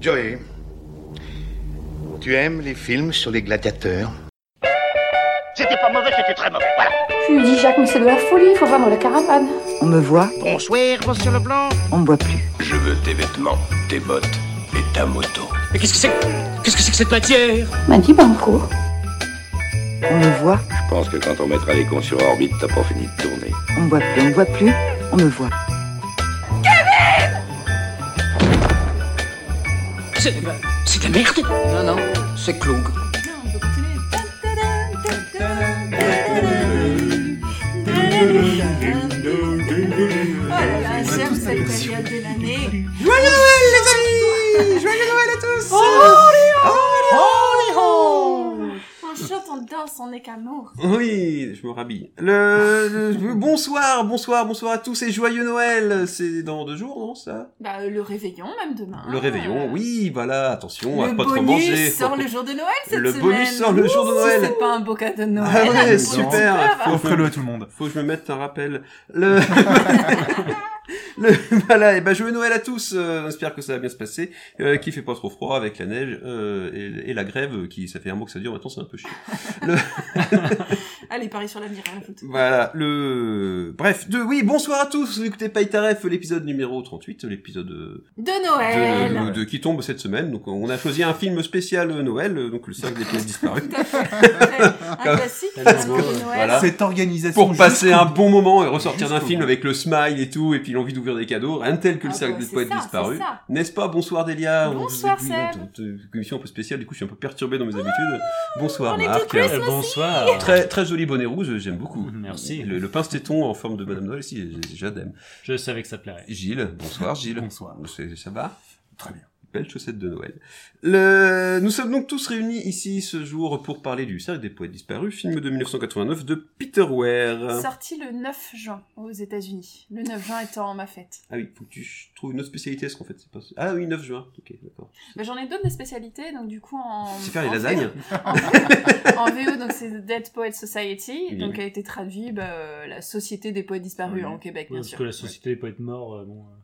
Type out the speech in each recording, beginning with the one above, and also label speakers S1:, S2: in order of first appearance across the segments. S1: Joey, tu aimes les films sur les gladiateurs
S2: C'était pas mauvais, c'était très mauvais. Voilà.
S3: Je lui dis, Jacques, mais c'est de la folie, il faut vendre la caravane.
S4: On me voit,
S2: Bonsoir, monsieur Leblanc.
S4: on me voit plus.
S5: Je veux tes vêtements, tes bottes et ta moto.
S6: Mais qu'est-ce que c'est Qu'est-ce que c'est que cette matière
S3: M'a dit Banco.
S4: On me voit,
S5: Je pense que quand on mettra les cons sur orbite, t'as pas fini de tourner.
S4: on me voit plus, on me voit plus, on me voit.
S6: C'est c'est de la merde Non, non, c'est Klung.
S7: Voilà, Serge, Ah, cette période de l'année.
S8: Oh
S7: On chante, on danse, on n'est qu'amour.
S8: Oui, je me rhabille. Le, le- bonsoir, bonsoir, bonsoir à tous et joyeux Noël. C'est dans deux jours, non ça
S7: Bah, euh, le réveillon, même demain.
S8: Le réveillon,
S7: Euh,
S8: oui, voilà. Attention, à
S7: Le
S8: pas trop
S7: bonus
S8: manger. faut-
S7: sort le jour de Noël cette
S8: Le
S7: semaine.
S8: bonus sort le jour de
S7: Ouh,
S8: Noël.
S7: si C'est pas un beau cadeau de Noël. hein,
S8: Ah ouais,
S7: Bon,
S8: super. Faut,
S9: Offrez-le à tout le monde.
S8: faut que je me mette un rappel. Le... Le, voilà, et ben joyeux Noël à tous. euh, on espère que ça va bien se passer, euh, qu'il fait pas trop froid avec la neige euh, et, et la grève euh, qui ça fait un mois que ça dure. Maintenant, c'est un peu chiant.
S7: Allez, paris sur l'avenir, rien à foutre.
S8: Voilà, le... Bref, de... oui, bonsoir à tous, vous écoutez Païtaref, l'épisode numéro 38, l'épisode euh,
S7: De
S8: de,
S7: Noël.
S8: de- de- qui tombe cette semaine, donc on a choisi un film spécial euh, Noël, euh, donc le 5 des pièces disparues,
S7: Tout à fait. un classique. un
S8: beau,
S7: jour de
S8: ouais.
S7: Noël.
S8: Voilà.
S9: Cette organisation.
S8: pour passer un bon moment et ressortir d'un
S9: Jusqu'au
S8: film
S9: bout.
S8: avec le smile et tout, et puis l'envie d'ouvrir des cadeaux, rien de tel que le
S7: Ah
S8: 5
S7: bah,
S8: des
S7: c'est
S8: poètes
S7: ça,
S8: disparus.
S7: c'est ça.
S8: N'est-ce pas Bonsoir Delia On
S7: Bonsoir,
S8: vous écoute
S7: Seb.
S8: dans une- une émission un peu spéciale, du coup je suis un peu perturbé dans mes habitudes. Bonsoir
S7: on est tout
S8: Marc.
S7: Christmas.
S10: Euh, Bonsoir.
S8: Très, très joli bonnet rouge, j'aime beaucoup.
S9: Mm-hmm.
S10: Merci.
S8: Le, le pince-téton en forme de Madame Noël, si, j'adore.
S10: Je savais que ça te plairait.
S8: Gilles, bonsoir Gilles.
S9: Bonsoir.
S8: C'est- Ça va
S9: Très bien.
S8: Belle chaussette de Noël. Le... Nous sommes donc tous réunis ici ce jour pour parler du Cercle des Poètes Disparus, film de 1989 de Peter Ware.
S7: Sorti le 9 juin aux États-Unis. Le 9 juin étant ma fête.
S8: Ah oui, faut que tu trouves une autre spécialité, parce qu'en fait c'est pas... Ah oui, 9 juin, ok, d'accord.
S7: Bah, J'en ai d'autres des spécialités, donc du coup en.
S8: C'est faire les
S7: en
S8: lasagnes
S7: En, en VO, donc c'est The Dead Poets Society,
S8: Oui.
S7: donc a été traduit bah, euh, la Société des poètes disparus
S9: Oui.
S7: en Québec,
S10: Ouais,
S7: bien
S10: parce
S7: sûr.
S10: que la société des poètes morts, euh, bon. euh,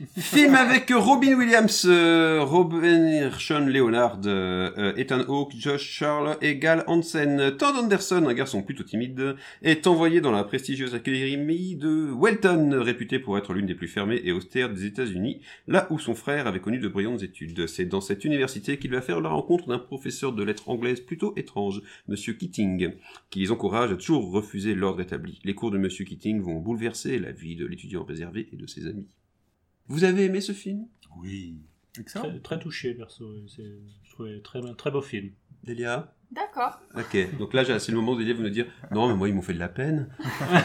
S8: Film avec Robin Williams, euh, Robin Sean Leonard, euh, euh, Ethan Hawke, Josh Charles et Gal Hansen. Todd Anderson, un garçon plutôt timide, est envoyé dans la prestigieuse académie de Welton, réputée pour être l'une des plus fermées et austères des États-Unis, là où son frère avait connu de brillantes études. C'est dans cette université qu'il va faire la rencontre d'un professeur de lettres anglaises plutôt étrange, Monsieur Keating, qui les encourage à toujours refuser l'ordre établi. Les cours de Monsieur Keating vont bouleverser la vie de l'étudiant réservé et de ses amis. Vous avez aimé ce film
S9: Oui. Excellent.
S10: Très, très touché, perso. C'est- Je trouvais très, très beau film.
S8: Delia
S7: D'accord,
S8: Ok, donc là j'ai- c'est le moment où Delia vous nous dire Non, mais moi ils m'ont fait de la peine.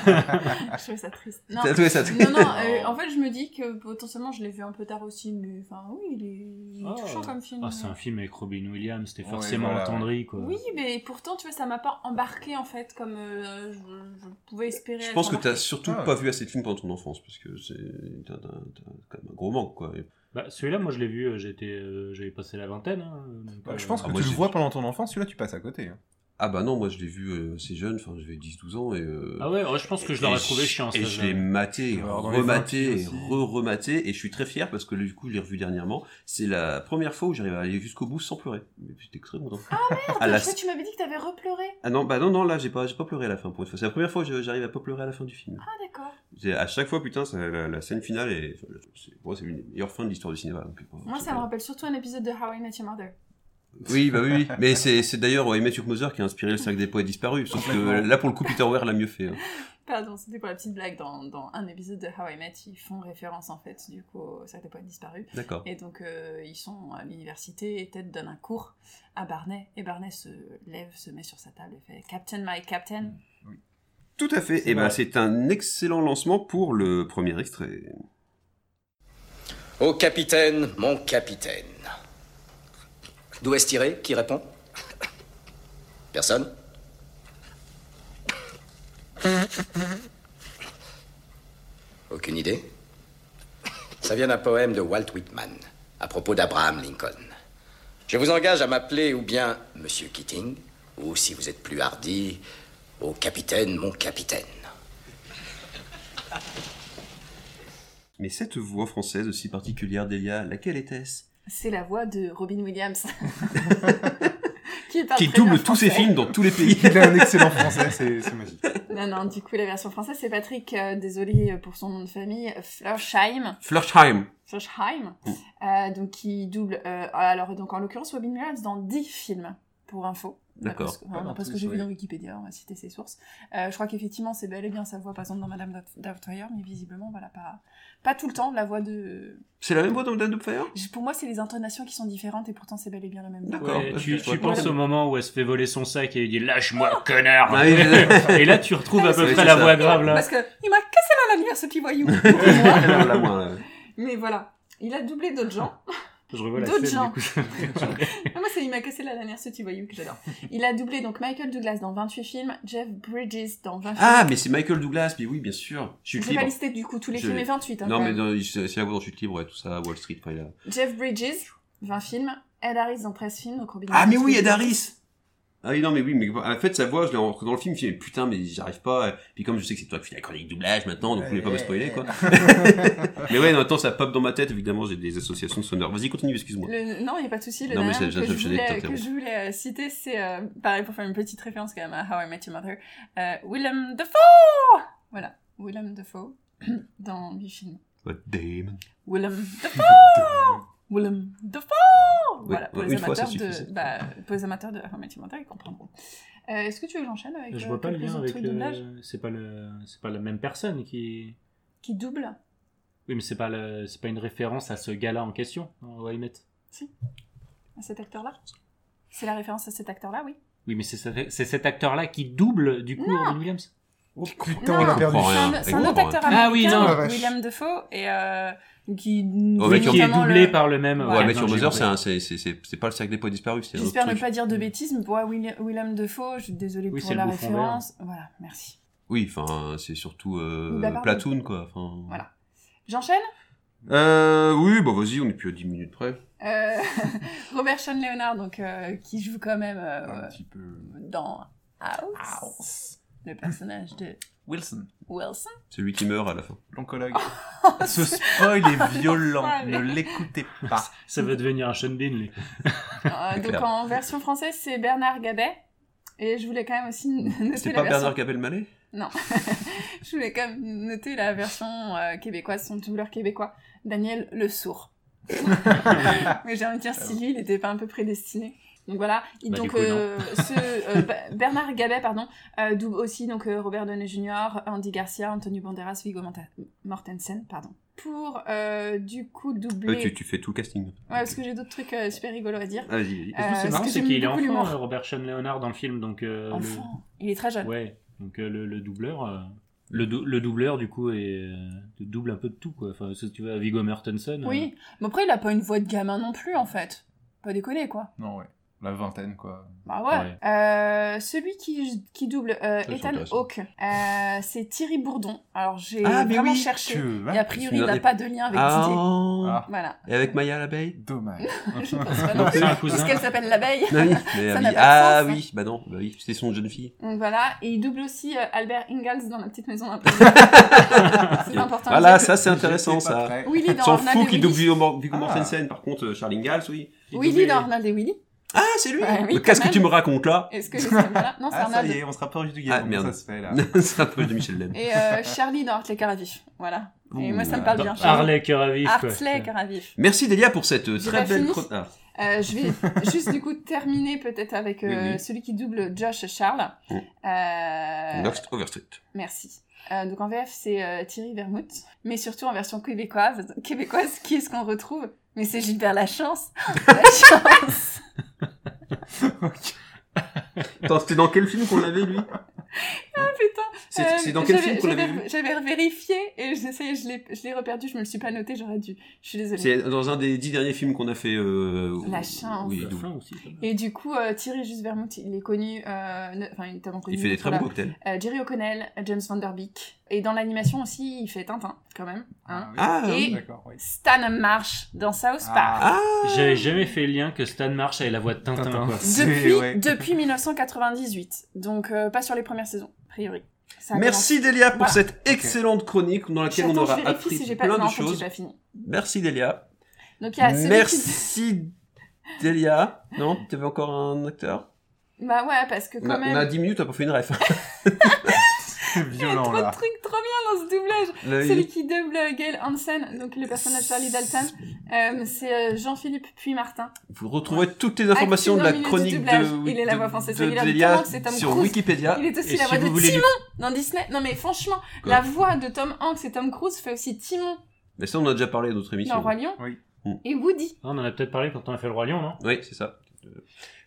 S7: je trouvais ça triste. Non,
S8: T'as trouvé ça
S7: non, non, euh, en fait je me dis que potentiellement je l'ai vu un peu tard aussi, mais enfin oui, il est, il est
S10: Ah.
S7: touchant comme film.
S10: Ah, c'est un film avec Robin Williams, c'était
S9: Ouais,
S10: forcément
S9: voilà.
S10: attendri, quoi.
S7: Oui, mais pourtant tu vois, ça m'a pas embarqué en fait comme euh, je, je pouvais espérer.
S8: Je
S7: être
S8: pense que
S7: embarquée.
S8: t'as surtout
S9: Ah.
S8: pas vu assez de films pendant ton enfance, parce que c'est t'as- t'as- t'as quand même un gros manque quoi.
S10: Bah, celui-là, moi, je l'ai vu, euh, j'étais, euh, j'avais passé la vingtaine. hein, donc,
S9: Bah, je
S10: euh,
S9: pense
S8: Ah,
S9: que
S8: moi,
S9: tu le
S8: j'ai-
S9: vois pendant ton enfance, celui-là tu passes à côté. hein.
S8: Ah bah non, moi je l'ai vu euh, assez jeune, enfin j'avais 10-12 ans et. euh,
S10: Ah ouais, ouais, je pense que je
S8: et
S10: l'aurais trouvé chiant.
S8: Et
S10: ça,
S8: je
S10: là.
S8: l'ai maté,
S9: Alors, dans les vingt
S8: rematé,
S9: aussi.
S8: re-rematé, et je suis très fier parce que du coup je l'ai revu dernièrement. C'est la première fois où j'arrive à aller jusqu'au bout sans pleurer. Mais J'étais très content. Ah merde
S7: Parce que tu m'avais dit que t'avais repleuré.
S8: Ah non, bah non, non, là j'ai pas, j'ai pas pleuré à la fin pour une fois. C'est la première fois que je- j'arrive à pas pleurer à la fin du film.
S7: Ah d'accord.
S8: C'est- À chaque fois, putain, ça- la, la scène finale est. enfin, c'est pour moi, c'est l'une des meilleures fins de l'histoire du cinéma. donc, euh,
S7: Moi
S8: c'est
S7: ça me
S8: pas-
S7: rappelle surtout un épisode de How I Met Your Mother.
S8: Oui, bah oui, oui. Mais c'est c'est d'ailleurs ouais, Matthew Mother qui a inspiré le sac des poètes disparus. Sauf que
S9: Complètement.
S8: là, pour le coup, Peter Ware l'a mieux fait. hein.
S7: Pardon, c'était pour la petite blague. Dans, dans un épisode de How I Met, ils font référence en fait du coup au cercle des poètes disparus.
S8: D'accord.
S7: Et donc euh, ils sont à l'université et Ted donne un cours à Barney. Et Barney se lève, se met sur sa table et fait Captain, my
S8: Mm.
S7: captain.
S8: Tout à fait. Et ben,
S10: vrai.
S8: c'est un excellent lancement pour le premier extrait.
S2: Au capitaine, mon capitaine. D'où est-ce tiré Qui répond Personne Aucune idée Ça vient d'un poème de Walt Whitman à propos d'Abraham Lincoln. Je vous engage à m'appeler ou bien Monsieur Keating, ou si vous êtes plus hardi, au capitaine, mon capitaine.
S8: Mais cette voix française aussi particulière d'Elia, laquelle était-ce
S7: C'est la voix de Robin Williams. qui, parle
S8: Qui
S7: très bien
S8: double tous ses
S7: français.
S8: films dans tous les pays.
S9: Il a un excellent français, c'est c'est magique.
S7: Non, non, du coup, la version française, c'est Patrick, euh, désolé pour son nom de famille, Florsheim.
S8: Florsheim.
S7: Florsheim.
S8: Mm.
S7: Euh, donc, qui double, euh, alors, donc, en l'occurrence, Robin Williams dans 10 films, pour info.
S8: D'accord.
S7: Parce que- enfin,
S9: Ah, en
S7: parce que
S9: plus,
S7: j'ai vu
S9: oui.
S7: dans Wikipédia, on va citer ses sources. Euh, je crois qu'effectivement, c'est bel et bien sa voix, par exemple, dans Madame Dout- Doubtfire, mais visiblement, voilà, pas, pas tout le temps la voix de.
S8: C'est la même voix dans Dead Fire
S7: J- Pour moi, c'est les intonations qui sont différentes et pourtant, c'est bel et bien la même voix.
S8: D'accord.
S10: Ouais,
S8: Parce
S10: tu
S8: que je
S10: tu
S8: vois
S10: penses
S8: pas.
S10: au moment où elle se fait voler son sac et il dit lâche-moi connard
S8: Ah oui, c'est-
S10: et là tu retrouves à peu
S8: Oui,
S10: près
S8: Ah, c'est
S10: la
S8: ça. Bah,
S10: voix grave là
S7: Parce que il m'a cassé la lanière, ce petit voyou.
S8: Alors, la moins, là.
S7: mais voilà, il a doublé d'autres gens.
S10: je revois
S7: D'autres
S10: la
S7: gens.
S10: scène du coup ça me fait marrer.
S7: Ah, Moi, c'est il m'a cassé la dernière ce petit voyou que j'adore. Il a doublé donc Michael Douglas dans 28 films, Jeff Bridges dans 20
S8: Ah,
S7: films.
S8: mais c'est Michael Douglas, mais oui, bien sûr. Je suis
S7: J'ai pas
S8: libre.
S7: listé du coup tous les
S8: Je
S7: films
S8: l'ai.
S7: et 28. hein,
S8: Non,
S7: quand
S8: mais
S7: même.
S8: dans- c'est c'est la voix dans Chute Libre, ouais, tout ça, Wall Street, enfin, là.
S7: Jeff Bridges, 20 films, Ed Harris dans 13 films, donc Robin
S8: Ah, mais
S7: Williams,
S8: oui, Ed
S7: Robin-
S8: Harris Ah oui, non, mais oui, mais en fait, sa voix, je l'ai rentrée dans le film, je me suis dit, putain, mais j'arrive pas. Et Puis comme je sais que c'est toi qui fais la chronique doublage maintenant, donc vous pouvez pas me spoiler, quoi. mais ouais, non, attends, ça pop dans ma tête, évidemment, j'ai des associations sonores. Vas-y, continue, excuse-moi.
S7: Le- Non, il n'y a pas de souci. Le
S8: Non, mais
S7: dernier
S8: j'ai-
S7: que,
S8: j'ai-
S7: je
S8: j'ai
S7: voulais,
S8: t'interrompu.
S7: que je voulais, euh, citer, c'est euh, pareil pour faire une petite référence quand même à How I Met Your Mother. euh, Willem Dafoe Voilà, Willem Dafoe dans 8 films.
S8: Ouais, Damon.
S7: Willem Dafoe Willem Dafoe Voilà, pour,
S8: ouais,
S7: les
S8: une fois, ça
S7: amateurs
S8: suffisait.
S7: de, bah, pour les amateurs de How I Met Your Mother, ils comprendront. Euh, Est-ce que tu veux que j'enchaîne avec
S10: je
S7: euh,
S10: vois pas le
S7: quelques
S10: lien
S7: autres
S10: avec
S7: trucs de doublage
S10: le... c'est pas le c'est pas la même personne qui
S7: Qui double
S10: oui mais c'est pas le... c'est pas une référence à ce gars là en question on va y mettre
S7: à cet acteur-là C'est la référence à cet acteur-là, oui
S10: oui mais c'est ce- c'est cet acteur là qui double du coup
S7: Non.
S10: Robin Williams
S9: Putain,
S7: Non.
S9: on a perdu.
S8: Oh,
S7: C'est un-
S8: rien.
S7: C'est un
S8: Oh,
S7: autre acteur américain,
S10: Ah oui, non.
S9: Ah, vache.
S7: William Defoe, et euh, qui,
S8: Oh, mais
S10: mais qui est
S7: notamment
S10: doublé
S7: le-
S10: par le même
S7: Ouais,
S8: Ouais, mais
S10: non,
S8: sur
S10: j'ai
S8: Mother,
S10: compris.
S8: c'est un- c'est- c'est c'est- c'est pas le sac des poids disparus, c'est un autre
S7: J'espère ne
S8: truc.
S7: pas dire de bêtises, mais pour William, William Defoe, je suis désolée
S10: Oui,
S7: pour
S10: c'est
S7: la
S10: le bouffon
S7: référence. Voilà, merci.
S8: Oui, enfin, c'est surtout euh,
S7: Ou Bavard.
S8: Platoon, quoi. enfin.
S7: Voilà. J'enchaîne
S8: Euh, oui, bah vas-y, on est plus à 10 minutes près.
S7: Euh, Robert Sean Leonard, donc, euh, qui joue quand même euh,
S8: Ah.
S9: Un petit peu.
S7: dans House, le personnage de
S9: Wilson.
S7: Wilson.
S8: Celui qui meurt à la fin.
S9: L'oncologue. Ce spoil est
S7: Ah,
S9: violent, ne l'écoutez pas.
S10: ça va devenir un Sean Bean lui.
S7: Euh, donc
S8: clair.
S7: en version française, c'est Bernard Gabet. Et je voulais quand même aussi noter
S8: C'est
S7: la
S8: pas
S7: version
S8: Bernard Capelmalet
S7: Non. je voulais quand même noter la version euh, québécoise, son doubleur québécois, Daniel Le Sourd. Mais j'ai envie de dire, si lui, il n'était pas un peu prédestiné. Donc voilà, Il-
S10: Bah, du
S7: donc
S10: coup, non.
S7: euh, ce, euh, Ba- Bernard Gabet, pardon, euh, double aussi donc euh, Robert Downey Jr., Andy Garcia, Anthony Banderas, Viggo Monta- Mortensen, pardon. Pour euh, du coup doubler,
S8: Euh, tu, tu fais tout le casting.
S7: ouais parce que j'ai d'autres trucs euh, super rigolos à dire.
S8: Ah, Vas-y, vas-y.
S7: Euh,
S10: c'est
S7: parce
S10: marrant
S7: que
S10: c'est
S7: j'aime
S10: qu'il est
S7: beaucoup
S10: enfant
S7: l'humour.
S10: euh, Robert Sean Leonard dans le film donc euh, le-
S7: Enfant, il est très jeune.
S10: Ouais, donc euh, le, le doubleur, euh, le, dou- le doubleur du coup est euh, double un peu de tout quoi. Enfin, si tu veux, Viggo Mortensen. euh,
S7: Oui, mais après il a pas une voix de gamin non plus en fait. Pas déconner quoi.
S9: Non, ouais. La vingtaine, quoi.
S7: Bah ouais.
S10: Ouais.
S7: Euh, celui qui, qui double euh,
S8: Ça, c'est
S7: Ethan
S8: intéressant.
S7: Hawke, euh, c'est Thierry Bourdon. Alors j'ai
S8: Ah, mais
S7: vraiment
S8: oui,
S9: Tu
S7: cherché.
S9: veux
S7: Et a priori,
S8: Non,
S7: il n'a
S8: et-
S7: pas de lien avec Didier.
S8: Ah
S9: hein. Ah.
S7: Voilà.
S8: Et avec Maya l'abeille
S9: Dommage.
S7: Je pense pas non
S10: Non,
S7: plus.
S10: c'est un
S7: Parce
S10: cousin.
S7: qu'elle s'appelle l'abeille.
S8: Ah oui, mais,
S7: Ça
S8: ah
S7: n'a
S8: oui.
S7: pas
S8: Ah
S7: de sens, hein.
S8: oui, bah non, bah oui, c'était son jeune fille.
S7: Donc voilà. Et il double aussi euh, Albert Ingalls dans La Petite Maison d'Impossible. c'est important.
S8: Voilà,
S7: J'ai-
S8: ça Ah, c'est intéressant ça.
S9: Oh,
S7: Willy dans
S8: S'en
S7: Arnold
S8: fout
S7: et
S8: qu'il
S7: Willy.
S8: double Viggo Mor- Viggo
S9: Ah.
S8: Mortensen, par contre, euh, Charlie Ingalls, oui. Il
S7: Willy
S8: doublait-
S7: dans Arnold et Willy.
S8: Ah, c'est lui
S7: Ouais, oui,
S8: Mais
S7: quand
S8: Qu'est-ce que
S7: même.
S8: tu me racontes là
S7: Est-ce que je sais voilà. Non, c'est
S9: Ah, ça
S7: Arnold.
S9: y est, on se rapproche du
S8: Ah,
S9: game.
S8: merde.
S9: ça se fait, là.
S8: C'est un peu de Michel Lemme.
S7: Et euh, Charlie dans Hartley Caravif. Voilà. Et
S8: Ouh,
S7: moi, ça me parle
S8: dans
S7: bien. Charlie.
S10: Harley Cœur à vif, quoi.
S7: Hartley Caravif.
S8: Merci Delia pour cette euh,
S7: J'ai
S8: très
S7: pas
S8: belle
S7: fini.
S8: chronique. Ah,
S7: Euh, je vais juste du coup terminer peut-être avec euh,
S8: Oui, oui.
S7: celui qui double Josh Charles.
S8: Mm.
S7: Euh,
S8: Lost Overstreet.
S7: merci. Euh, donc en VF c'est euh, Thierry Vermouth, mais surtout en version québécoise. Québécoise, qui est-ce qu'on retrouve Mais c'est Gilbert Lachance. Lachance.
S8: Attends, c'était dans quel film qu'on l'avait lui
S7: Ah, putain.
S8: C'est
S7: Euh,
S8: c'est dans quel
S7: j'avais-
S8: film qu'on l'avait
S7: j'avais-
S8: vu
S7: J'avais vérifié et je, ça y est, je l'ai- je l'ai reperdu. Je me le suis pas noté, j'aurais dû. Je suis désolée.
S8: C'est dans un des dix derniers films qu'on a fait. euh,
S7: La
S8: où-
S7: chance.
S8: Oui,
S10: La
S8: double.
S10: fin aussi, quand même.
S7: Et du coup, euh, Thierry Juste Vermouth, il est connu, euh, ne- enfin, il est notamment connu.
S8: Il fait des très
S7: pour la-
S8: bons cocktails.
S7: Euh, Jerry O'Connell, James Van Der Beek. Et dans l'animation aussi, il fait Tintin, quand même. hein.
S8: Ah,
S7: Et-
S9: oui, d'accord, oui.
S7: Stan Marsh dans South Park.
S9: Ah,
S10: J'avais jamais fait le lien que Stan Marsh avait la voix de Ah, Tintin.
S9: Tintin, quoi. c'est-
S7: depuis,
S9: ouais.
S7: depuis 1998. Donc, euh, pas sur les premières saisons, a priori. Ça
S8: Merci Delia pour
S7: Voilà.
S8: cette excellente chronique dans
S7: commence.
S8: laquelle
S7: J'attends,
S8: on aura
S7: je vérifie
S8: appris
S7: si j'ai pas...
S8: plein
S7: non, en
S8: de
S7: fait, j'ai
S8: choses.
S7: pas fini.
S8: Merci Delia.
S7: Donc il y a celui qui-
S8: Merci, Delia. Non, tu avais encore un acteur
S7: Bah ouais, parce que
S8: on a,
S7: quand
S8: on
S7: même.
S8: a 10 minutes, on n'a pas fait une ref.
S9: C'est
S7: Il y a
S9: violent
S7: trop de
S9: là.
S7: trucs trop bien dans ce doublage.
S8: Le-
S7: Celui qui double euh, Gail Hansen, donc le personnage de Charlie Dalton, euh, c'est euh, Jean-Philippe Puy Martin.
S8: Vous retrouverez toutes les informations de la
S7: Actuellement, milieu
S8: chronique
S7: du
S8: de,
S7: doublage. Il est la voix
S8: de-
S7: française.
S8: de
S7: Il a le
S8: Delia
S7: talent que c'est Tom
S8: sur
S7: Cruise.
S8: Wikipédia.
S7: Il est aussi
S9: Et
S7: la
S9: si
S7: voix
S9: vous
S7: de
S9: voulez lui-
S7: Timon dans Disney. Non mais franchement,
S8: Quoi
S7: la voix de Tom Hanks et Tom Cruise fait aussi Timon
S8: Mais ça, on en a déjà parlé dans d'autres émissions.
S7: dans Roi Lion
S9: Oui.
S8: Mm.
S7: et Woody.
S10: Ah, On en a peut-être parlé quand on a fait le Roi Lion, non
S8: Oui, c'est ça.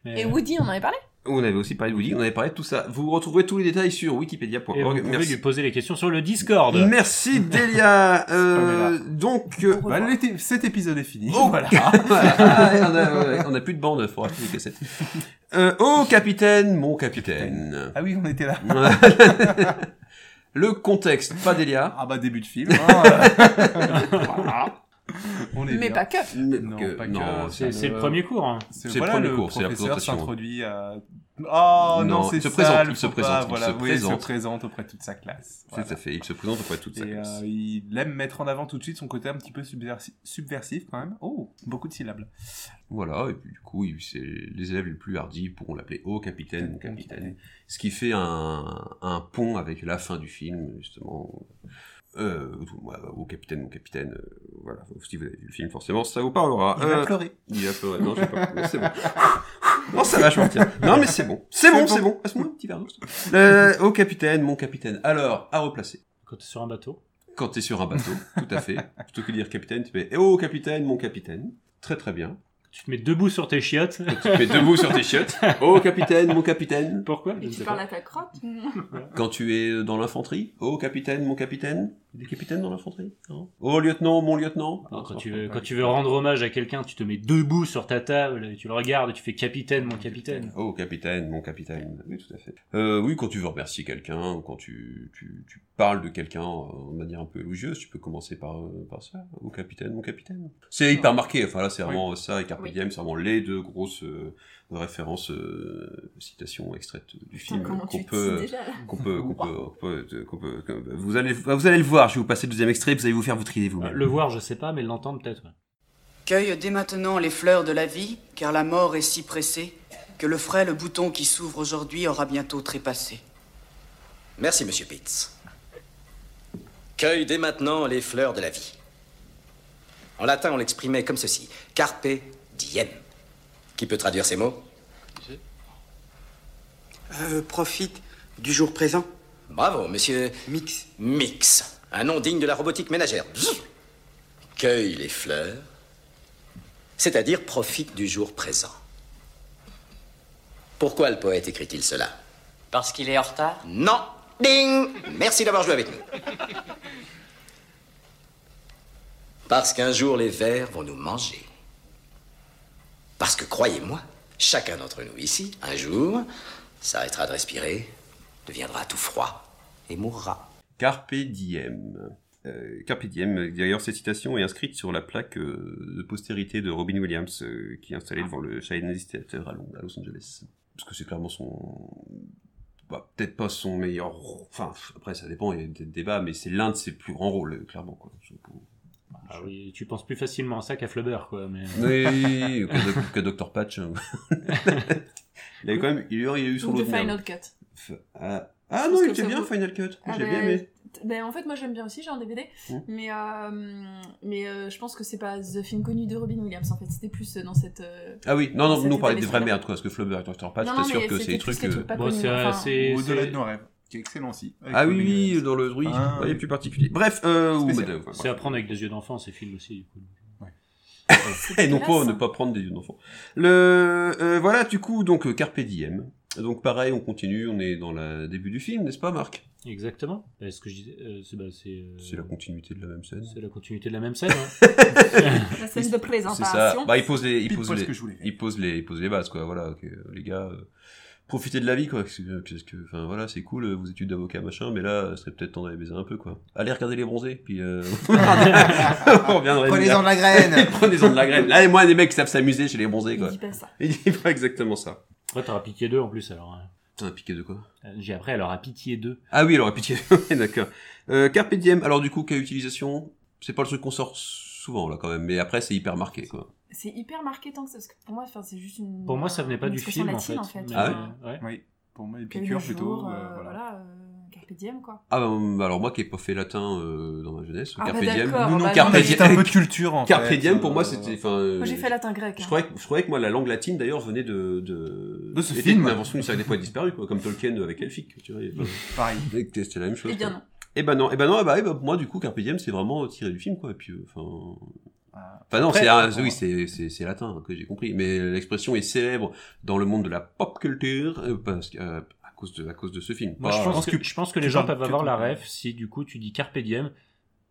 S10: Mais-
S7: Et Woody, on en avait parlé.
S8: On avait aussi parlé de Woody, on avait parlé de tout ça. Vous retrouverez tous les détails sur
S10: Et vous
S8: wikipedia.org.
S10: pouvez
S8: Merci.
S10: lui poser les questions sur le Discord.
S8: Merci Delia. Euh,
S9: là.
S8: donc, euh,
S9: Bah, l'été- cet épisode est fini.
S8: Oh.
S9: voilà.
S8: Ah, ouais, on, a, ouais, on a plus de bande, faudra acheter des cassettes. Euh, oh capitaine, mon capitaine.
S9: Ah oui, on était là.
S8: Le contexte, pas Delia.
S9: Ah bah début de film. hein.
S8: Ah.
S9: Voilà.
S8: Eh
S9: on est
S7: Mais
S9: bien.
S7: pas que.
S9: Non, pas que.
S8: non,
S10: C'est c'est le
S9: Euh,
S10: premier cours. hein.
S9: C'est
S8: C'est le
S9: voilà,
S8: premier
S9: le
S8: cours, c'est la
S9: professeur
S8: présentation.
S9: s'introduit à... Oh non,
S8: Non,
S9: c'est
S8: il se
S9: sale,
S8: présente, il
S9: faut
S8: se
S9: pas,
S8: présente, il
S9: voilà,
S8: se
S9: oui,
S8: présente.
S9: présente auprès de toute sa classe.
S8: C'est
S9: voilà.
S8: ça fait. Il se présente auprès de toute sa
S9: Et
S8: classe.
S9: euh, il aime mettre en avant tout de suite son côté un petit peu subversi- subversif quand même. Oh, beaucoup de syllabes.
S8: Voilà, et puis du coup, il- c'est les élèves les plus hardis pourront l'appeler Oh capitaine, mon capitaine. Ce qui fait un, un pont avec la fin du film, justement. Euh, ouais, Oh capitaine, mon capitaine. euh, voilà, si vous avez vu le film, forcément, ça vous parlera.
S9: Il
S8: Euh,
S9: va pleurer.
S8: Il a pleuré. Non, j'ai pas pleuré. C'est bon. Non, ça va, je m'en tiens. Non, mais c'est bon. C'est bon, c'est bon. Passe-moi un petit verre d'eau. Euh, Au capitaine, mon capitaine. Alors, à replacer.
S10: Quand t'es sur un bateau.
S8: Quand t'es sur un bateau, tout à fait. Plutôt que de dire capitaine, tu fais eh oh capitaine, mon capitaine. Très très bien.
S10: Tu te mets debout sur tes chiottes.
S8: Tu te mets debout sur tes chiottes. Oh capitaine, mon capitaine.
S10: Pourquoi Je
S7: Et
S10: ne
S7: tu
S10: sais
S7: parles
S10: pas.
S7: à ta crotte.
S8: Quand tu es dans l'infanterie, oh capitaine, mon capitaine. Il y a Des capitaines dans l'infanterie Non. Oh lieutenant, mon lieutenant.
S10: Alors,
S8: Non,
S10: quand,
S8: Ah, ça
S10: tu
S8: marche
S10: veux,
S8: pas.
S10: quand tu veux rendre hommage à quelqu'un, tu te mets debout sur ta table, et tu le regardes, et tu fais capitaine, mon capitaine.
S8: Oh, capitaine, mon capitaine. Oui, tout à fait. Euh, oui, quand tu veux remercier quelqu'un, ou quand tu, tu, tu parles de quelqu'un euh, de manière un peu élogieuse, tu peux commencer par, euh, par ça. Oh, capitaine, mon capitaine. C'est hyper marqué. Enfin, là, c'est vraiment ça et Carpe
S7: Oui.
S8: Diem, c'est vraiment les deux grosses euh, références, euh, citations extraites du film
S7: Comment
S8: qu'on
S7: tu te
S8: peut
S7: dis déjà là
S8: qu'on peut, qu'on peut, qu'on peut- qu'on peut- qu'on peut- vous allez, vous allez le voir. Je vais vous passer le deuxième extrait. Vous allez vous faire vous trier vous.
S10: Euh, Le voir, je sais pas, mais l'entendre peut-être. ouais.
S6: Cueille dès maintenant les fleurs de la vie, car la mort est si pressée que le frêle bouton qui s'ouvre aujourd'hui aura bientôt trépassé.
S2: Merci, monsieur Pitts. Cueille dès maintenant les fleurs de la vie. En latin, on l'exprimait comme ceci Carpe diem. Qui peut traduire ces mots
S6: Euh, profite du jour présent,
S2: Bravo, monsieur
S6: mix.
S2: Mix, un nom digne de la robotique ménagère. Bzzz. Cueille les fleurs, c'est-à-dire profite du jour présent. Pourquoi le poète écrit-il cela
S6: Parce qu'il est en retard
S2: Non Ding Merci d'avoir joué avec nous. Parce qu'un jour les vers vont nous manger. Parce que croyez-moi, chacun d'entre nous ici, un jour, s'arrêtera de respirer, deviendra tout froid et mourra.
S8: Carpe diem. Euh, Carpe diem. D'ailleurs, cette citation est inscrite sur la plaque euh, de postérité de Robin Williams, euh, qui est installée devant le Chinese Theatre à, Londres, à Los Angeles. Parce que c'est clairement son, bah, peut-être pas son meilleur. rô- Enfin, pff, après, ça dépend. Il y a peut-être débat, mais c'est l'un de ses plus grands rôles, euh, clairement. Quoi.
S10: Ah oui, tu penses plus facilement à ça qu'à Flubber, quoi. Mais...
S8: Oui, ou que, Doc- que Dr Patch. hein. il a eu quand même, il a eu son
S7: Ou de
S8: lot de merde.
S7: Final Cut.
S8: F- Ah, ah
S7: Je pense
S8: non, il
S7: que
S8: était
S7: ça
S8: bien
S7: vaut-
S8: Final Cut.
S7: Ah
S8: J'ai
S7: ben,
S8: bien aimé.
S7: t- ben, en fait, moi j'aime bien aussi, j'ai un DVD,
S8: Mm.
S7: mais, euh, mais euh, je pense que c'est pas The Film connu de Robin Williams en fait, c'était plus euh, dans cette. euh,
S8: Ah oui, non, non,
S7: C'était
S8: nous on parlait
S7: pas
S8: des
S7: les
S8: vraies
S7: seuls.
S8: merdes, quoi, parce que Flubber et Dr. Patch,
S7: Non,
S8: t'es
S7: non,
S8: sûr
S7: mais
S8: que c'est
S7: c'était
S8: des
S7: plus
S8: trucs.
S7: les
S8: euh,
S7: trucs pas
S10: Bon,
S7: connus,
S10: c'est
S7: enfin,
S10: assez- Et
S9: Au-delà
S10: c'est-
S9: de nos rêves, qui est excellent aussi. avec
S8: Ah oui,
S9: Robin
S8: oui,
S9: Williams.
S8: dans le oui,
S9: Ah,
S8: il est
S9: oui.
S8: plus particulier. Bref, euh, ou-
S9: Spécial.
S8: euh, voilà.
S10: C'est à prendre avec des yeux d'enfant, ces films aussi, du coup.
S7: c'est
S8: Et Eh, non
S7: dégueulasse,
S8: pas ne
S7: hein.
S8: pas prendre des yeux d'enfant. Le euh, voilà, du coup, donc euh, Carpe Diem. Donc pareil, on continue, on est dans le début du film, n'est-ce pas, Marc
S10: Exactement. Euh, ce que je disais, euh, c'est bah, c'est, euh,
S8: C'est la continuité de la même scène.
S10: c'est la continuité de la même scène. hein.
S7: La
S8: C'est
S7: scène de
S8: ça.
S7: présentation.
S8: Bah, il pose les, il
S9: Pile
S8: pose
S9: poil ce
S8: les,
S9: que je voulais.
S8: il pose les, il pose les bases, quoi. Voilà, ok, euh, les gars, euh, profitez de la vie, quoi. Parce que, parce que- enfin, voilà, c'est cool, euh, vos études d'avocat, machin, mais là, euh, ce serait peut-être temps d'aller baiser un peu, quoi. Allez regarder les bronzés, puis euh, on reviendrait.
S9: Prenez-en
S8: bien.
S9: de la graine
S8: Prenez-en de la graine. Là, et moi, des mecs qui savent s'amuser chez les bronzés,
S7: Il
S8: quoi.
S7: dit pas ça.
S8: Il dit pas exactement ça.
S10: Après, t'auras pitié d'eux en plus, alors. hein.
S8: Putain, piqué de quoi
S10: Euh, J'ai après, elle aura pitié d'eux.
S8: Ah oui, alors, piqué. D'accord. Euh, Carpe diem. Alors, du coup, quelle utilisation C'est pas le truc qu'on sort souvent là quand même, mais après c'est hyper marqué quoi.
S7: C'est hyper marqué tant que ça. Parce que pour moi, enfin, c'est juste une.
S10: Pour moi, ça venait pas
S7: une
S10: du
S7: expression
S10: film en fait.
S7: latine, en fait.
S10: mais,
S8: Ah
S10: euh, ouais.
S9: Oui, pour moi, les
S7: Que le
S9: piqûres
S7: jour,
S9: plutôt.
S7: euh,
S9: euh, voilà.
S7: voilà, euh, Carpe diem, quoi.
S8: Ah bah, bah, alors moi qui ai pas fait latin euh, dans ma jeunesse,
S7: Ah, bah,
S8: Carpe diem.
S7: d'accord,
S9: Nous, non,
S7: bah,
S8: Carpe
S9: mais
S8: diem.
S9: c'est un peu de culture en
S8: Carpe
S9: fait.
S8: diem
S9: euh,
S8: pour moi c'était. enfin, euh,
S7: Moi, j'ai fait latin grec.
S8: Je
S7: hein.
S8: croyais, que, je croyais que moi la langue latine d'ailleurs venait de de,
S9: De ce
S8: était
S9: film.
S8: une invention du siècle des poètes disparus quoi, comme Tolkien avec Elphick, tu vois. et bah,
S9: Pareil.
S8: C'était la même chose.
S7: Eh bien
S8: quoi.
S7: non.
S8: Eh ben non, eh ben non, eh ben, eh ben, pour moi du coup Carpe diem c'est vraiment euh, tiré du film quoi. Et puis euh, enfin, enfin non,
S9: Après, euh,
S8: c'est ah,
S9: on-
S8: oui c'est c'est c'est latin hein, que j'ai compris, mais l'expression est célèbre dans le monde de la pop culture euh, parce que euh, à cause de à cause de ce film. Bah,
S10: Moi,
S8: Pas-
S10: je, pense que,
S9: que-
S10: je pense que
S9: que
S10: les gens
S9: t'en-
S10: peuvent
S9: que
S10: avoir
S9: t'en-
S10: la ref si du coup tu dis carpe diem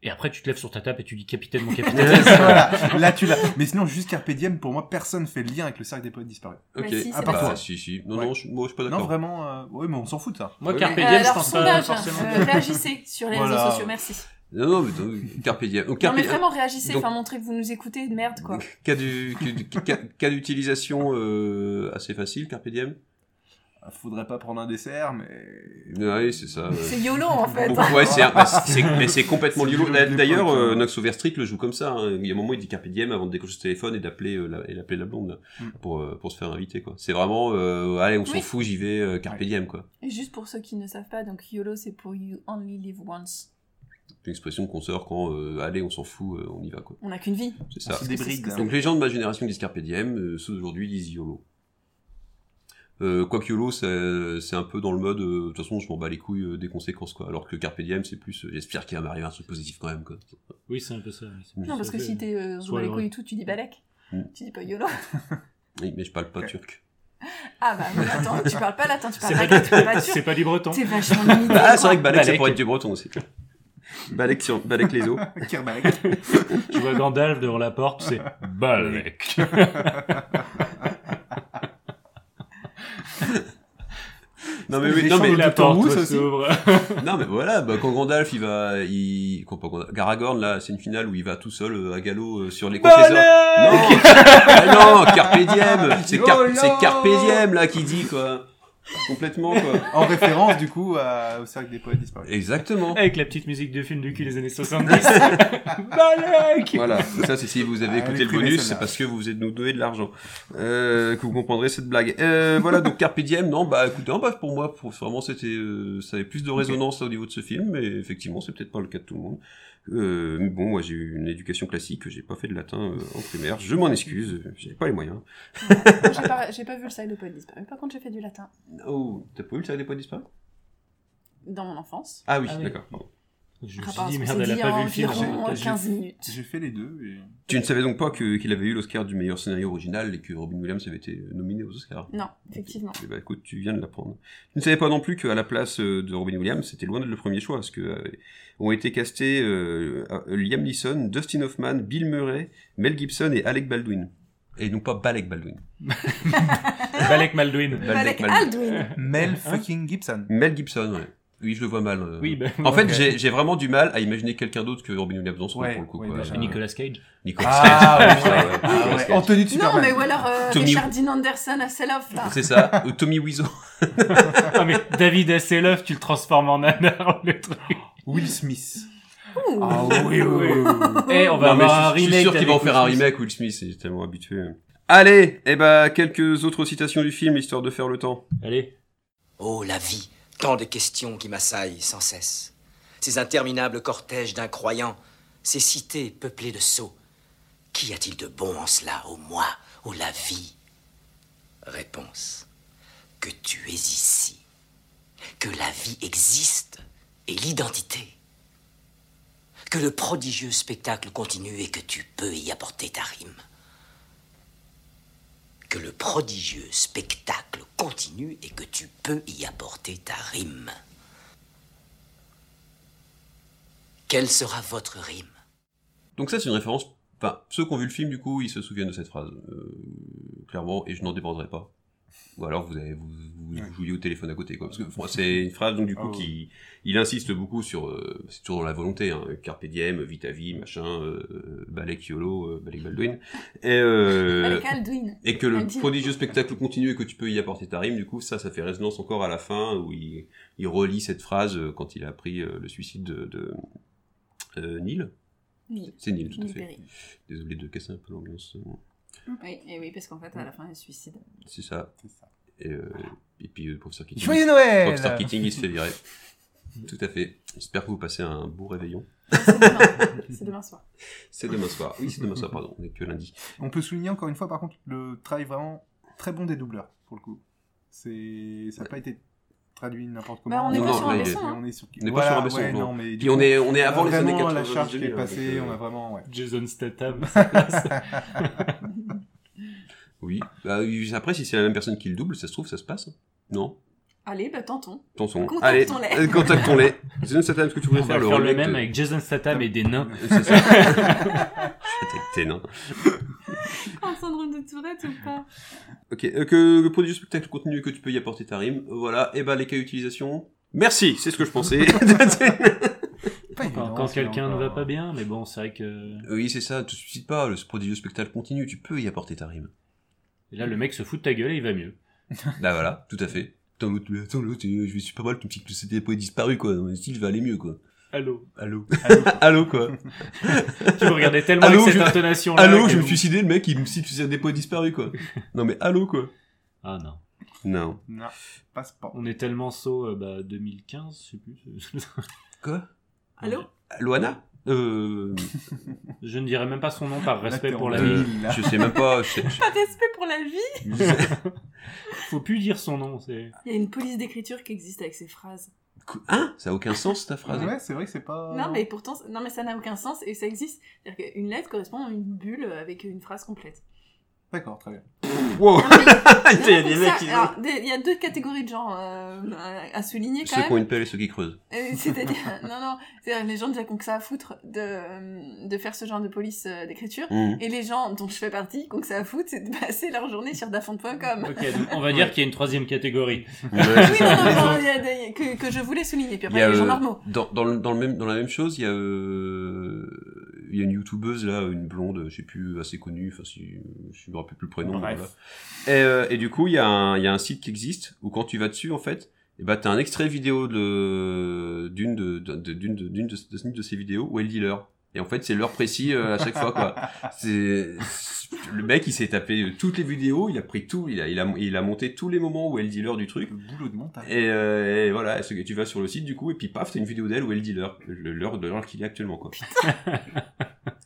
S10: et après tu te lèves sur ta table et tu dis capitaine mon
S9: Ouais,
S10: capitaine.
S9: voilà. Là, tu l'as. Mais sinon, juste Carpe diem, pour moi, personne fait le lien avec le cercle des poètes disparus.
S8: Ok.
S7: Bah, si,
S9: Ah,
S7: c'est
S9: par
S7: latin.
S9: toi.
S8: si si. Non
S9: Ouais.
S8: non, je, moi je suis pas
S9: Non,
S8: d'accord.
S9: vraiment. euh, Oui, mais on s'en fout de ça.
S10: Moi,
S8: Oui.
S10: carpe
S7: Euh,
S10: diem, je
S7: alors,
S10: pense pas
S7: sondage,
S10: forcément.
S7: euh, réagissez sur les
S9: Voilà.
S7: réseaux sociaux, merci.
S8: Non non, mais, donc, Carpe diem. Donc,
S7: Non,
S8: Carpe
S7: mais vraiment, réagissez,
S8: donc-
S7: enfin, montrez que vous nous écoutez, merde, quoi.
S8: Cas du- cas du- cas- cas d'utilisation euh, assez facile, Carpe diem.
S9: Euh, Faudrait pas prendre un dessert, mais.
S8: Oui, c'est ça. ouais.
S7: C'est YOLO, en fait.
S8: Bon, ouais, c'est, un- bah, c'est- mais c'est complètement
S9: C'est
S8: du lot.
S9: le jeu de l'époque,
S8: D'ailleurs,
S9: hein.
S8: euh, Nox Overstreet le joue comme ça. hein. Il y a un moment, il dit carpe diem avant de décrocher le téléphone et d'appeler euh, la, et d'appeler la blonde là,
S9: Mm.
S8: pour, euh, pour se faire inviter. Quoi. C'est vraiment, euh, allez, on s'en
S7: Oui.
S8: fout, j'y vais, euh, carpe
S9: Ouais.
S8: diem. Quoi.
S7: Et juste pour ceux qui ne savent pas, donc YOLO, c'est pour You Only Live Once.
S8: C'est une expression qu'on sort quand, euh, allez, on s'en fout, euh, on y va. Quoi.
S7: On n'a qu'une vie.
S8: Ah, C'est
S9: On
S8: ça.
S9: se débride.
S8: Donc les gens de ma génération disent carpe diem, euh, ceux d'aujourd'hui disent YOLO. Euh, Quoique YOLO, c'est, c'est un peu dans le mode, euh, de toute façon, je m'en bats les couilles euh, des conséquences. Quoi. Alors que carpe diem, c'est plus, euh, j'espère qu'il va m'arriver un truc positif quand même. Quoi.
S10: Oui, c'est un peu ça. oui, c'est plus
S7: Non, parce
S10: ça.
S7: que si t'es euh,
S10: Soit
S7: dans les
S10: le-
S7: couilles et tout, tu dis Balek.
S8: Mm.
S7: Tu dis pas YOLO.
S8: Oui, mais je parle pas turc.
S7: Ah bah, mais attends, tu parles pas latin, tu
S10: C'est
S7: parles grec, tu parles pas
S10: Ah, c'est
S7: turc.
S10: pas du breton.
S7: T'es vachement limité.
S8: Ah, c'est
S7: quoi.
S8: vrai que Balek, ça
S10: Balek.
S8: pourrait être du breton aussi. Balek, sur... Balek les eaux.
S9: Kerbalek.
S10: Tu vois Gandalf devant la porte, c'est Balek.
S8: Non, mais,
S9: Les
S8: oui, non, mais,
S9: chambres
S10: la
S9: tout en mousse
S10: porte
S9: aussi.
S10: s'ouvre.
S8: non, mais voilà, bah, quand Gandalf, il va. Il... Quand, pas Gandalf, Garagorn, là, c'est une finale où il va tout seul euh, à galop euh, sur les
S10: Bah,
S8: confesseurs. Non, Ah non, Carpe Diem C'est Car-
S10: Oh
S9: Yolo
S8: c'est Carpe Diem, là, qui dit, quoi. Complètement, quoi.
S9: En référence, du coup, à- au cercle des poètes disparus.
S8: Exactement.
S10: Avec la petite musique de film de cul des années 70. Balek
S8: Voilà, ça c'est si vous avez
S9: Ah, elle
S8: écouté
S9: est
S8: le
S9: privée,
S8: bonus,
S9: celle-là.
S8: c'est parce que vous êtes nous donné de l'argent euh, que vous comprendrez cette blague. Euh, voilà, donc Carpe Diem, non, bah écoutez, en bref, pour moi, pour, vraiment, c'était, euh, ça avait plus de résonance au niveau de ce film, mais effectivement, c'est peut-être pas le cas de tout le monde. Euh, mais bon, moi j'ai eu une éducation classique, j'ai pas fait de latin euh, en primaire, je m'en excuse, euh, j'avais pas les moyens.
S7: Moi, j'ai pas- J'ai pas vu le side de poète disparu. Par contre, j'ai fait du latin
S8: Oh, t'as pas eu le Saga des poètes disparus
S7: dans mon enfance.
S8: Ah oui,
S10: Ah oui.
S8: d'accord. pardon.
S10: Je me
S7: Par
S10: suis
S7: rapport à
S10: dit,
S7: ce Ah, qu'on
S10: merde,
S7: s'est
S10: elle a
S7: dit
S10: pas
S7: en
S10: vu le film.
S7: environ
S10: J'ai-
S7: 15 minutes.
S9: J'ai fait les deux. Et...
S8: Tu ne savais donc pas que- qu'il avait eu l'Oscar du meilleur scénario original et que Robin Williams avait été nominé aux Oscars
S7: Non, effectivement.
S8: Eh ben, écoute, tu viens de l'apprendre. Je ne savais pas non plus qu'à la place euh, de Robin Williams, c'était loin d'être le premier choix, parce que euh, ont été castés euh, euh, Liam Neeson, Dustin Hoffman, Bill Murray, Mel Gibson et Alec Baldwin. Et non pas Balek Baldwin.
S10: Balek Maldwin.
S7: Balek
S8: Baldwin.
S7: Aldwin.
S9: Mel fucking Gibson.
S8: Mel Gibson, ouais. Oui, je le vois mal. euh.
S10: Oui, bah,
S8: En fait,
S9: ok.
S8: j'ai- j'ai vraiment du mal à imaginer quelqu'un d'autre que Robin Williams dans ce rôle,
S9: Ouais,
S8: pour le coup.
S9: ouais,
S8: quoi.
S9: déjà.
S8: Euh,
S10: Nicolas Cage.
S8: Nicolas
S9: Ah,
S8: Cage. Ouais,
S9: ouais,
S8: ouais,
S9: Ah,
S8: Nicolas
S9: ouais.
S8: Cage.
S9: En tenue de
S7: Non,
S9: Superman.
S7: mais ou alors euh,
S8: Tommy-
S7: Richard Dean Anderson à Seloff, là.
S8: C'est ça, euh, Tommy Wiseau.
S10: Ah, mais David Hasselhoff, tu le transformes en nanar, le truc.
S9: Will Smith.
S7: Ouh.
S9: Ah oui, oui, oui. oui.
S10: Eh, on va
S8: Non, mais
S10: avoir un
S8: je, suis- je
S10: remake.
S8: suis sûr qu'ils vont
S10: avec
S8: faire un
S10: Will Smith.
S8: remake Will Smith, c'est tellement habitué. Allez, eh ben, quelques autres citations du film, histoire de faire le temps.
S10: Allez.
S2: Oh, la vie Tant de questions qui m'assaillent sans cesse. Ces interminables cortèges d'incroyants, ces cités peuplées de sots. Qu'y a-t-il de bon en cela, au moi, ô la vie Réponse. Que tu es ici. Que la vie existe et l'identité. Que le prodigieux spectacle continue et que tu peux y apporter ta rime. que le prodigieux spectacle continue et que tu peux y apporter ta rime. Quelle sera votre rime
S8: Donc ça, c'est une référence. Enfin, ceux qui ont vu le film, du coup, ils se souviennent de cette phrase, euh, clairement, et je n'en dépendrai pas. Ou alors vous, avez, vous, vous- vous jouiez au téléphone à côté, quoi. Parce que bon, c'est une phrase, donc du coup,
S9: Ah ouais.
S8: qui, il insiste beaucoup sur, euh, c'est toujours dans la volonté, hein, carpe diem, vita vie, machin, euh, balek yolo, euh, balek baldwin, et, euh,
S7: Balek Aldwin.
S8: et que le
S7: Baldwin.
S8: prodigieux spectacle continue et que tu peux y apporter ta rime, du coup, ça, ça fait résonance encore à la fin où il, il relie cette phrase euh, quand il a appris euh, le suicide de, de euh, Neil.
S7: Neil.
S8: C'est Neil, tout à
S7: Neil
S8: fait.
S7: Perry.
S8: Désolé de casser un peu l'ambiance. euh,
S7: Oui, et oui, parce qu'en fait, à la fin, il se suicide.
S8: C'est ça.
S9: C'est ça.
S8: Et, euh, et puis euh, le professeur Keating.
S9: Joyeux
S8: le
S9: Noël
S8: professeur Keating, il se fait virer. Tout à fait. J'espère que vous passez un beau réveillon.
S7: C'est demain. C'est demain soir.
S8: C'est demain soir. Oui, c'est demain soir, pardon. On est que lundi.
S9: On peut souligner encore une fois, par contre, le travail vraiment très bon des doubleurs, pour le coup. C'est... Ça n'a
S10: Euh.
S9: pas été traduit n'importe comment.
S7: Bah, on
S8: est pas
S9: pas
S8: sur un
S9: mais...
S8: besson,
S7: hein.
S9: on est sur...
S8: On est pas
S9: Voilà,
S8: sur un besson,
S9: ouais,
S8: non.
S9: non, mais
S8: Puis on est, on est avant les années
S9: vraiment
S8: 80.
S9: la charge qui est
S8: donc,
S9: passée,
S8: euh,
S9: on a vraiment... Ouais.
S10: Jason Statham. à sa place.
S8: Oui. Bah, oui, après, si c'est la même personne qui le double, ça se trouve, ça se passe. hein. Non.
S7: Allez, bah tentons.
S8: Attention. Allez,
S7: Contactons-les.
S8: euh, contactons-les. C'est une certaine, ce que tu voulais
S10: On va
S8: faire, le
S10: faire le
S8: remake
S10: même
S8: de-
S10: avec Jason Statham et des nains.
S8: C'est ça. Je vais attaquer tes nains.
S7: Un syndrome de Tourette ou pas
S8: Ok, euh, que le produit du spectacle continue, que tu peux y apporter ta rime. Voilà, et bah les cas d'utilisation. Merci, c'est ce que je pensais.
S9: Pas
S10: Quand,
S9: évident,
S10: quand
S9: c'est
S10: quelqu'un ne va
S9: encore- euh,
S10: pas bien, mais bon, c'est vrai que.
S8: oui, c'est ça, te suicide pas, le prodigieux spectacle continue, tu peux y apporter ta rime.
S10: Et là, le mec se fout de ta gueule et il va mieux.
S8: Bah voilà, tout à fait. Attends, l'autre, mais attends, l'autre, euh, je vais super mal, ton petit CD est disparu, quoi. Mon style va aller mieux, quoi.
S10: Allô
S8: Allô. Allô, quoi.
S10: Tu me regardais tellement
S8: Allô,
S10: avec cette
S8: je-
S10: intonation-là.
S8: Allô,
S10: que-
S8: je me suis suicidé, le mec, il me cite sur des poids disparus, quoi. Non, mais allô, quoi.
S10: Ah non.
S8: Non.
S9: Non, passe pas.
S10: On est tellement saut, euh, bah, 2015, je sais plus.
S8: Quoi
S7: Allô
S8: Loana Euh.
S10: Je ne dirais même pas son nom par respect
S9: Là,
S10: pour
S9: t'es
S10: la
S9: en
S10: vie.
S8: euh,
S9: mille, là.
S8: je sais même pas. Je sais,
S7: Pas de respect pour la vie
S8: je-
S10: Faut plus dire son nom, c'est.
S7: Il y a une police d'écriture qui existe avec ces phrases.
S8: Hein Ça a aucun sens, ta phrase.
S9: Ouais, c'est vrai que c'est
S10: Oh.
S9: pas...
S7: Non, mais pourtant, non, mais ça n'a aucun sens et ça existe. C'est-à-dire qu'une lettre correspond à une bulle avec une phrase complète.
S9: D'accord, très bien.
S8: Wow.
S7: Non, mais-
S8: Il y a
S7: non,
S8: des
S7: Ah, ça-
S8: mecs qui.
S7: alors, des- il y a deux catégories de gens euh, à, à souligner quand
S8: Ceux qui
S7: même.
S8: ont une pelle et ceux qui creusent.
S7: Euh, C'est-à-dire, non, non, c'est-à-dire les gens déjà qui ont que ça à foutre de, de faire ce genre de police euh, d'écriture.
S8: Mhm.
S7: Et les gens dont je fais partie, qui ont que ça à foutre, c'est de passer leur journée sur dafond.com.
S10: Ok, donc on va dire qu'il y a une troisième catégorie.
S8: Ouais,
S7: Oui,
S8: c'est
S7: non,
S8: ça.
S7: non, non, il y a des- que, que je voulais souligner. Puis
S8: Il
S7: après,
S8: y
S7: il y
S8: a,
S7: a les gens
S8: euh,
S7: normaux.
S8: dans, dans, le, dans, le même, dans la même chose, il y a, euh, il y a une youtubeuse là, une blonde, je sais plus, assez connue, enfin si je me rappelle plus le prénom.
S9: Bref.
S8: voilà. Et, euh, et du coup, il y, a un- il y a un site qui existe où quand tu vas dessus, en fait, et bah, t'as un extrait vidéo de d'une de de- d'une de d'une de, de, de ses vidéos où elle dit l'heure. Et en fait, c'est l'heure précise euh, à chaque fois quoi. C'est le mec, il s'est tapé euh, toutes les vidéos, il a pris tout, il a il a il a monté tous les moments où elle dit l'heure du truc.
S9: Le boulot de montage.
S8: Et, euh, et voilà, ce que tu vas sur le site du coup, et puis paf, t'as une vidéo d'elle où elle dit l'heure, le- l'heure de l'heure qu'il est actuellement quoi.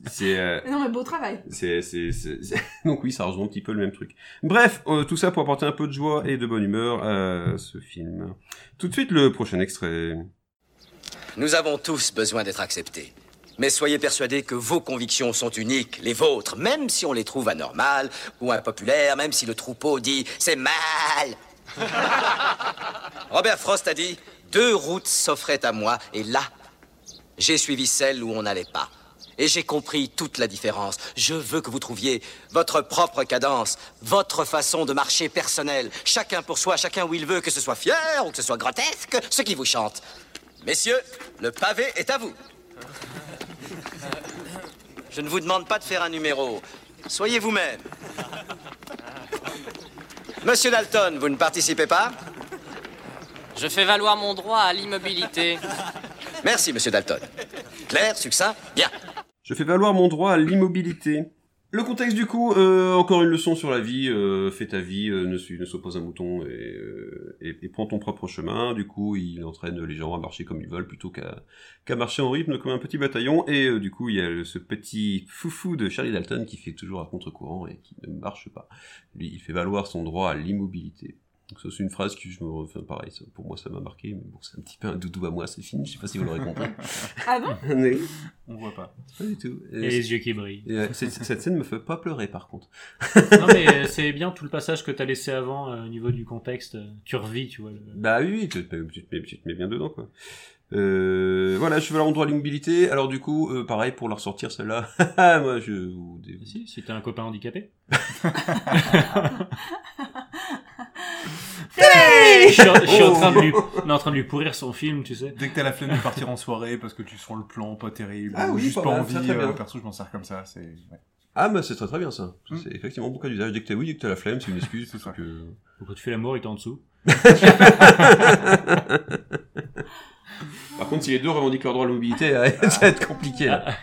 S8: c'est, euh,
S7: Non, mais beau travail.
S8: c'est, c'est, c'est- c'est- donc oui, ça rejoint un petit peu le même truc. Bref, euh, tout ça pour apporter un peu de joie et de bonne humeur à ce film. Tout de suite le prochain extrait.
S2: Nous avons tous besoin d'être acceptés. Mais soyez persuadés que vos convictions sont uniques, les vôtres, même si on les trouve anormales ou impopulaires, même si le troupeau dit c'est mal. Robert Frost a dit Deux routes s'offraient à moi, et là, j'ai suivi celle où on n'allait pas. Et j'ai compris toute la différence. Je veux que vous trouviez votre propre cadence, votre façon de marcher personnelle, chacun pour soi, chacun où il veut, que ce soit fier ou que ce soit grotesque, ce qui vous chante. Messieurs, le pavé est à vous. Je ne vous demande pas de faire un numéro. Soyez vous-même. Monsieur Dalton, vous ne participez pas
S11: Je fais valoir mon droit à l'immobilité.
S2: Merci, monsieur Dalton. Clair, succinct, bien.
S8: Je fais valoir mon droit à l'immobilité. Le contexte du coup, euh, encore une leçon sur la vie, euh, fais ta vie, euh, ne, suis- ne sois pas un mouton et, euh, et, et prends ton propre chemin. Du coup, il entraîne les gens à marcher comme ils veulent plutôt qu'à qu'à marcher en rythme comme un petit bataillon. Et euh, du coup, il y a le- ce petit foufou de Charlie Dalton qui fait toujours à contre-courant et qui ne marche pas. Lui, il fait valoir son droit à l'immobilité. Donc ça, c'est une phrase que je me... Enfin pareil, ça, pour moi ça m'a marqué, mais bon, c'est un petit peu un doudou à moi ce film, je sais pas si vous l'aurez compris.
S7: Ah bon
S8: Mais-
S9: On voit pas.
S8: pas du tout.
S10: Et
S8: Euh,
S10: les yeux qui brillent.
S8: et, euh, cette, cette scène me fait pas pleurer par contre.
S10: Non, mais euh, c'est bien tout le passage que t'as laissé avant euh, au niveau du contexte. euh, Tu revis, tu vois. le-
S8: Bah oui, oui, tu te, mets- tu te mets, tu te mets bien dedans quoi. Euh, voilà, je fais leur endroit à l'immobilité. Alors du coup, euh, pareil pour leur sortir celle-là. ah, Moi, je vous dé-
S10: Si, si t'as un copain handicapé. je suis, en- je suis en, train de lui, on est en train de lui pourrir son film, tu sais.
S9: Dès que t'as la flemme de partir en soirée parce que tu sens le plan pas terrible,
S8: Ah
S9: ou
S8: oui,
S9: juste
S8: pas
S9: pas,
S8: mal,
S9: envie,
S8: ça, très bien.
S9: euh, perso je m'en sers comme ça, c'est... ouais.
S8: Ah bah c'est très très bien ça. Ça,
S9: Mm.
S8: C'est effectivement beaucoup d'usage. Dès que t'as oui, dès que t'as la flemme, c'est une excuse.
S9: C'est ça.
S8: que-
S10: Pourquoi tu fais l'amour, il est en dessous.
S8: Par contre, si les deux revendiquent leur droit à l'immobilité, ça va être compliqué. là.
S9: Ah.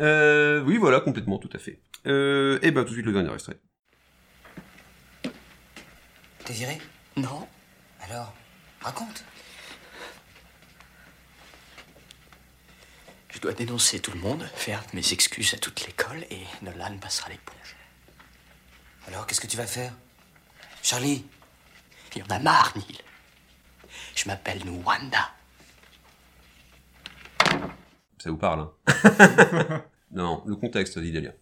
S8: Euh, oui, voilà, complètement, tout à fait. Euh, et ben tout de suite le dernier extrait.
S12: Désiré
S11: Non.
S12: Alors, raconte.
S11: Je dois dénoncer tout le monde, faire mes excuses à toute l'école et Nolan passera l'éponge.
S12: Alors, qu'est-ce que tu vas faire Charlie
S11: Il y en a marre, Neil. Je m'appelle Nwanda.
S8: Ça vous parle, hein Non, le contexte, dit Delia.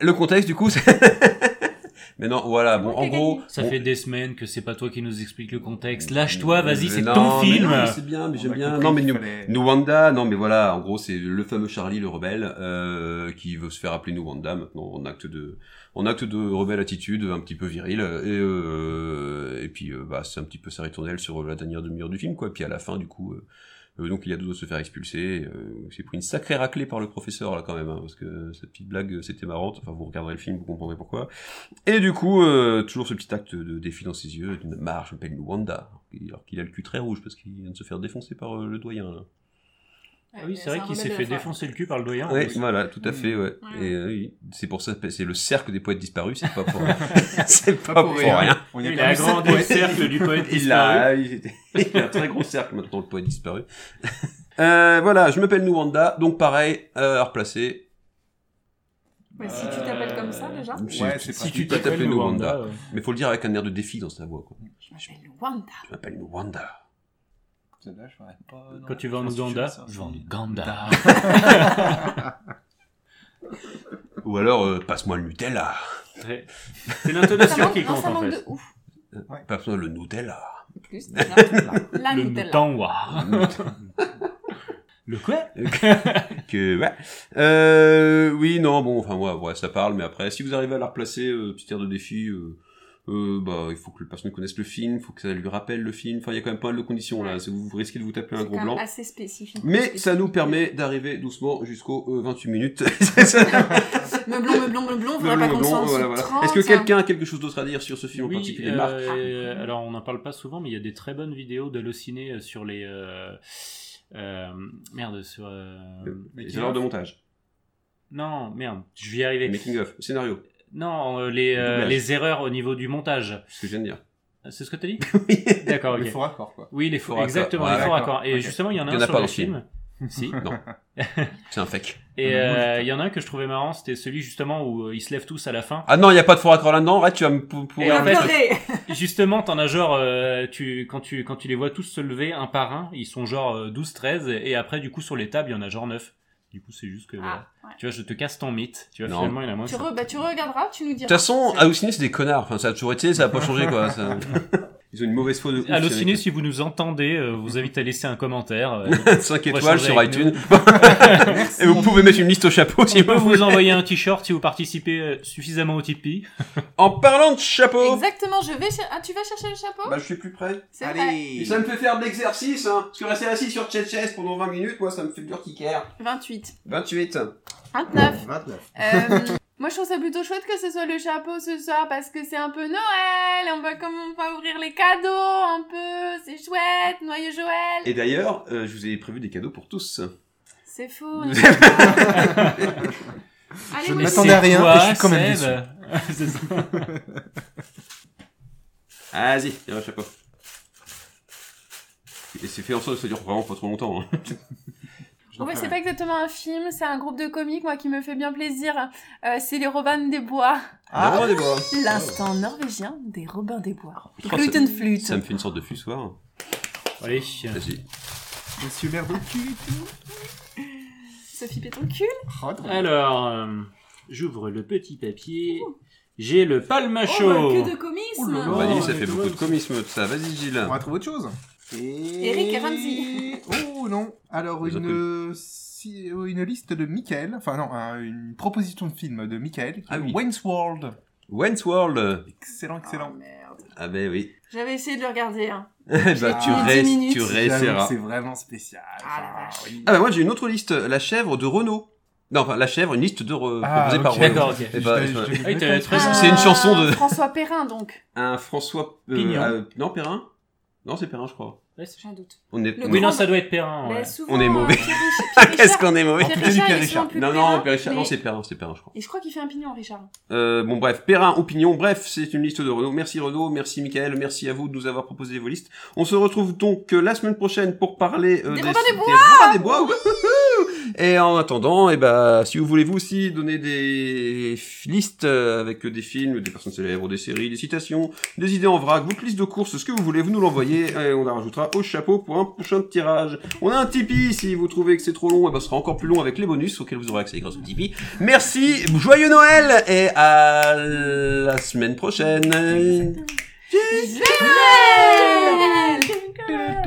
S8: Le contexte, du coup, c'est... Mais non, voilà, bon, en gros...
S10: Ça
S8: on-
S10: fait des semaines que c'est pas toi qui nous explique le contexte. Lâche-toi, vas-y,
S8: Mais
S10: c'est
S8: non,
S10: ton
S8: mais
S10: film.
S8: non, mais c'est bien, mais j'aime bien.
S10: compris
S8: Non, mais
S10: qu'il
S8: New, Wanda, non, mais voilà, en gros, c'est le fameux Charlie, le rebelle, euh, qui veut se faire appeler New Wanda maintenant, en acte de, en acte de rebelle attitude, un petit peu virile, et, euh, et puis, euh, bah, c'est un petit peu sa ritournelle sur la dernière demi-heure du film, quoi. Puis à la fin, du coup, euh, euh, donc il y a deux se faire expulser. Euh, c'est pris une sacrée raclée par le professeur là quand même, hein, parce que cette petite blague euh, c'était marrante. Enfin vous regarderez le film, vous comprendrez pourquoi. Et du coup euh, toujours ce petit acte de défi dans ses yeux, d'une marche, je m'appelle Luanda, alors qu'il a le cul très rouge parce qu'il vient de se faire défoncer par euh, le doyen. Là.
S10: Ah oui, c'est vrai qu'il s'est fait défoncer le cul par le doyen. en
S8: Ouais,
S10: plus.
S8: voilà, tout à fait, ouais. Et euh, oui, c'est pour ça, c'est le cercle des poètes disparus, c'est pas pour, c'est pas, pour, rien.
S10: On y a Il perdu a sept agrandi le poètes. cercle du poète
S8: Il a, ah il a un très gros cercle maintenant, le poète disparu. Euh, voilà, je m'appelle Nouanda, donc pareil, euh, à replacer.
S7: Mais si tu t'appelles comme ça déjà
S10: Euh,
S8: Si- si tu t'appelles Nouanda, mais faut le dire avec un air de défi dans sa voix. Quoi.
S7: Je m'appelle Wanda.
S8: Je m'appelle Nouanda.
S9: Celle-là, Oh, je m'arrête pas.
S10: Quand tu vas en Ouganda, je vais en Ouganda.
S8: Ou alors, euh, passe-moi le Nutella.
S10: Ouais. C'est l'intonation
S7: Ça qui manque- non, compte, ça en manque fait. de ouf.
S8: Ouais. Passe-moi le Nutella.
S7: Plus, déjà. La
S10: Le
S7: Nutella.
S10: Nutella. Le quoi
S8: Que ouais. Euh, oui, non, bon, enfin, ouais, ouais, ça parle, mais après, si vous arrivez à la replacer, euh, petit air de défi, euh, euh, bah, il faut que le personnage connaisse le film, il faut que ça lui rappelle le film, enfin, il y a quand même pas mal de conditions, là, c'est- vous, vous risquez de vous taper un
S7: C'est
S8: gros
S7: quand même
S8: blanc.
S7: assez spécifique.
S8: Mais ça nous permet d'arriver doucement jusqu'aux euh, 28 minutes.
S7: Meublon, meublon, meublon, faudrait pas qu'on
S8: Meublon,
S7: soit en dessous
S8: voilà,
S7: de
S8: voilà.
S7: 30.
S8: Est-ce que
S7: hein.
S8: quelqu'un a quelque chose d'autre à dire sur ce film en
S10: Oui,
S8: particulier,
S10: euh,
S8: Marc
S10: alors on n'en parle pas souvent, mais il y a des très bonnes vidéos d'Hallociné sur les. euh, euh, merde, sur. euh,
S8: Les erreurs de montage.
S10: Non, merde, je vais y arriver.
S8: Making of, scénario.
S10: Non, euh, les, euh,
S8: Doublage.
S10: les erreurs au niveau du montage.
S8: Ce que je viens de dire.
S10: C'est ce que t'as dit Oui. D'accord, Ah, ok.
S9: Les faux raccords, quoi.
S10: Oui, les
S8: Faux
S10: faux
S8: raccords.
S10: Exactement,
S8: Ouais,
S10: les faux
S8: d'accord.
S10: raccords. Et
S8: Ok.
S10: justement, il y en a
S8: Il y
S10: un
S8: en a
S10: sur
S8: pas
S10: le
S8: dans ce film.
S10: film. si.
S8: Non. C'est un fake.
S10: Et euh, il y en a un que je trouvais marrant, c'était celui justement où euh, ils se lèvent tous à la fin.
S8: Ah non, il n'y a pas de faux raccord là-dedans, arrête, tu vas me pou-
S10: Et
S8: pourrir
S7: hein.
S10: en
S8: le truc.
S10: fait, justement, t'en as genre, euh, tu, quand, tu, quand tu les vois tous se lever un par un, ils sont genre euh, 12, 13, et après, du coup, sur les tables, il y en a genre 9. Du coup, c'est juste que, voilà.
S7: Ah, ouais.
S10: tu vois, je te casse ton mythe. Tu vois,
S8: Non.
S10: finalement, il y en a moins.
S7: Tu,
S10: que ça.
S7: re- bah, tu regarderas, tu nous
S8: De
S7: diras.
S8: toute façon, Allociné, c'est des connards. Enfin, ça a toujours été, ça a pas changé, quoi. Ça- Ils ont une mauvaise faute de ouf.
S10: Allociné, si vous nous entendez, euh, vous invite à laisser un commentaire. euh,
S8: 5
S10: pour
S8: étoiles
S10: échanger
S8: sur
S10: avec
S8: iTunes.
S10: nous.
S8: Et vous pouvez mettre une liste au chapeau si
S10: On peut
S8: vous
S10: vous
S8: voulez.
S10: envoyer un t-shirt si vous participez euh, suffisamment au Tipeee.
S8: En parlant de chapeau
S7: Exactement, je vais cher- ah, tu vas chercher le chapeau
S8: Bah, je suis plus près.
S7: C'est Allez. vrai.
S8: Et ça me fait faire de l'exercice, hein. Parce que rester assis sur Chess pendant 20 minutes, moi, ça me fait dur kicker.
S7: 28.
S8: 28.
S7: 29.
S8: 29.
S7: Euh, moi, je trouve ça plutôt chouette que ce soit le chapeau ce soir parce que c'est un peu Noël. On va comme on va ouvrir les cadeaux un peu. C'est chouette, noyau Joël.
S8: Et d'ailleurs, euh, je vous ai prévu des cadeaux pour tous.
S7: C'est faux. on est- Allez,
S8: Je
S7: moi,
S8: ne
S7: je-
S8: m'attendais à
S7: C'est
S8: rien,
S7: quoi,
S8: et je suis quand même
S7: Seb
S10: déçu. C'est ça.
S8: Vas-y, tiens, un chapeau. Et c'est fait en sorte que ça dure vraiment pas trop longtemps. hein.
S7: En fait, c'est pas exactement un film, c'est un groupe de comiques, moi, qui me fait bien plaisir. Euh, c'est les Robins des Bois.
S8: Ah, Les Robins des Bois.
S7: L'instant norvégien des Robins des Bois.
S8: Je crois que ça- Ça me fait une sorte de fussoir.
S10: Allez.
S8: Vas-y.
S9: Monsieur l'air de cul.
S7: Sophie Pétoncule.
S9: Oh,
S10: Alors, euh, j'ouvre le petit papier. J'ai le
S7: Oh,
S10: palmachot.
S7: bah, que de communisme. Oh là là,
S8: Vas-y,
S7: mais
S8: ça fait beaucoup de communisme, tout ça. Vas-y, Gilles.
S9: On va trouver autre chose.
S7: Eric et Ramsey.
S9: Oh non Alors,
S8: Vous
S9: une, si- euh, une liste de Michael, enfin non, un- une proposition de film de Michael, qui
S8: Ah
S9: est
S8: oui.
S9: Wayne's World.
S8: Wayne's World.
S9: Excellent, excellent.
S8: Ah ben oui.
S7: J'avais essayé de le regarder. Hein.
S8: bah, tu
S7: J'ai tenu dix
S8: restes-
S7: minutes.
S8: tu restes, Sarah.
S9: C'est vraiment spécial.
S8: hein. Ah bah moi j'ai une autre liste, la chèvre de Renault. Non, enfin la chèvre, une liste de re-
S9: Ah,
S8: proposée par
S9: ok.
S8: Renault.
S9: D'accord, ok.
S8: Eh ben,
S9: Je t'ai- je
S10: Ah
S9: t'ai-
S8: euh,
S9: je t'ai-
S8: c'est- c'est une chanson de
S7: François Perrin, donc.
S8: un François euh,
S10: Pignon.
S8: euh, non Perrin. Non, c'est Perrin je crois.
S7: J'ai un doute.
S8: On est- on est-
S7: Le grand-
S10: Oui, non, ça doit être Perrin,
S7: Bah,
S10: ouais.
S7: souvent,
S8: On est mauvais.
S7: euh, Pierre Riche- Pierre
S8: Qu'est-ce
S7: Richard-
S8: qu'on est mauvais
S7: Pierre Richard, ils sont plus
S8: Non, non,
S7: Perrin,
S8: Pierre Richard, non,
S7: mais-
S8: c'est Perrin, c'est Perrin, je crois.
S7: Et je crois qu'il fait un pignon, Richard.
S8: Euh, bon bref, Perrin ou Pignon, bref, c'est une liste de Renault. Merci Renault, merci Michael, merci à vous de nous avoir proposé vos listes. On se retrouve donc euh, la semaine prochaine pour parler euh,
S7: Des
S8: des,
S7: Robins des
S8: des
S7: Bois
S8: Robins des Bois, wouhou Et en attendant, eh ben, si vous voulez vous aussi donner des f- listes euh, avec des films, des personnes célèbres, des séries, des citations, des idées en vrac, votre liste de courses, ce que vous voulez, vous nous l'envoyez et on la rajoutera au chapeau pour un prochain tirage. On a un Tipeee, si vous trouvez que c'est trop long, eh ben, ce sera encore plus long avec les bonus auxquels vous aurez accès grâce au Tipeee. Merci, joyeux Noël et à la semaine prochaine.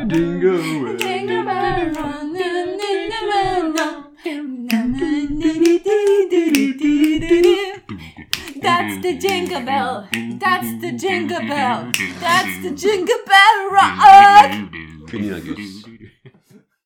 S8: Jingle bell.
S13: That's the jingle bell.
S7: Ah,
S13: That's the jingle bell. That's the jingle bell rock.
S8: Cunilingus.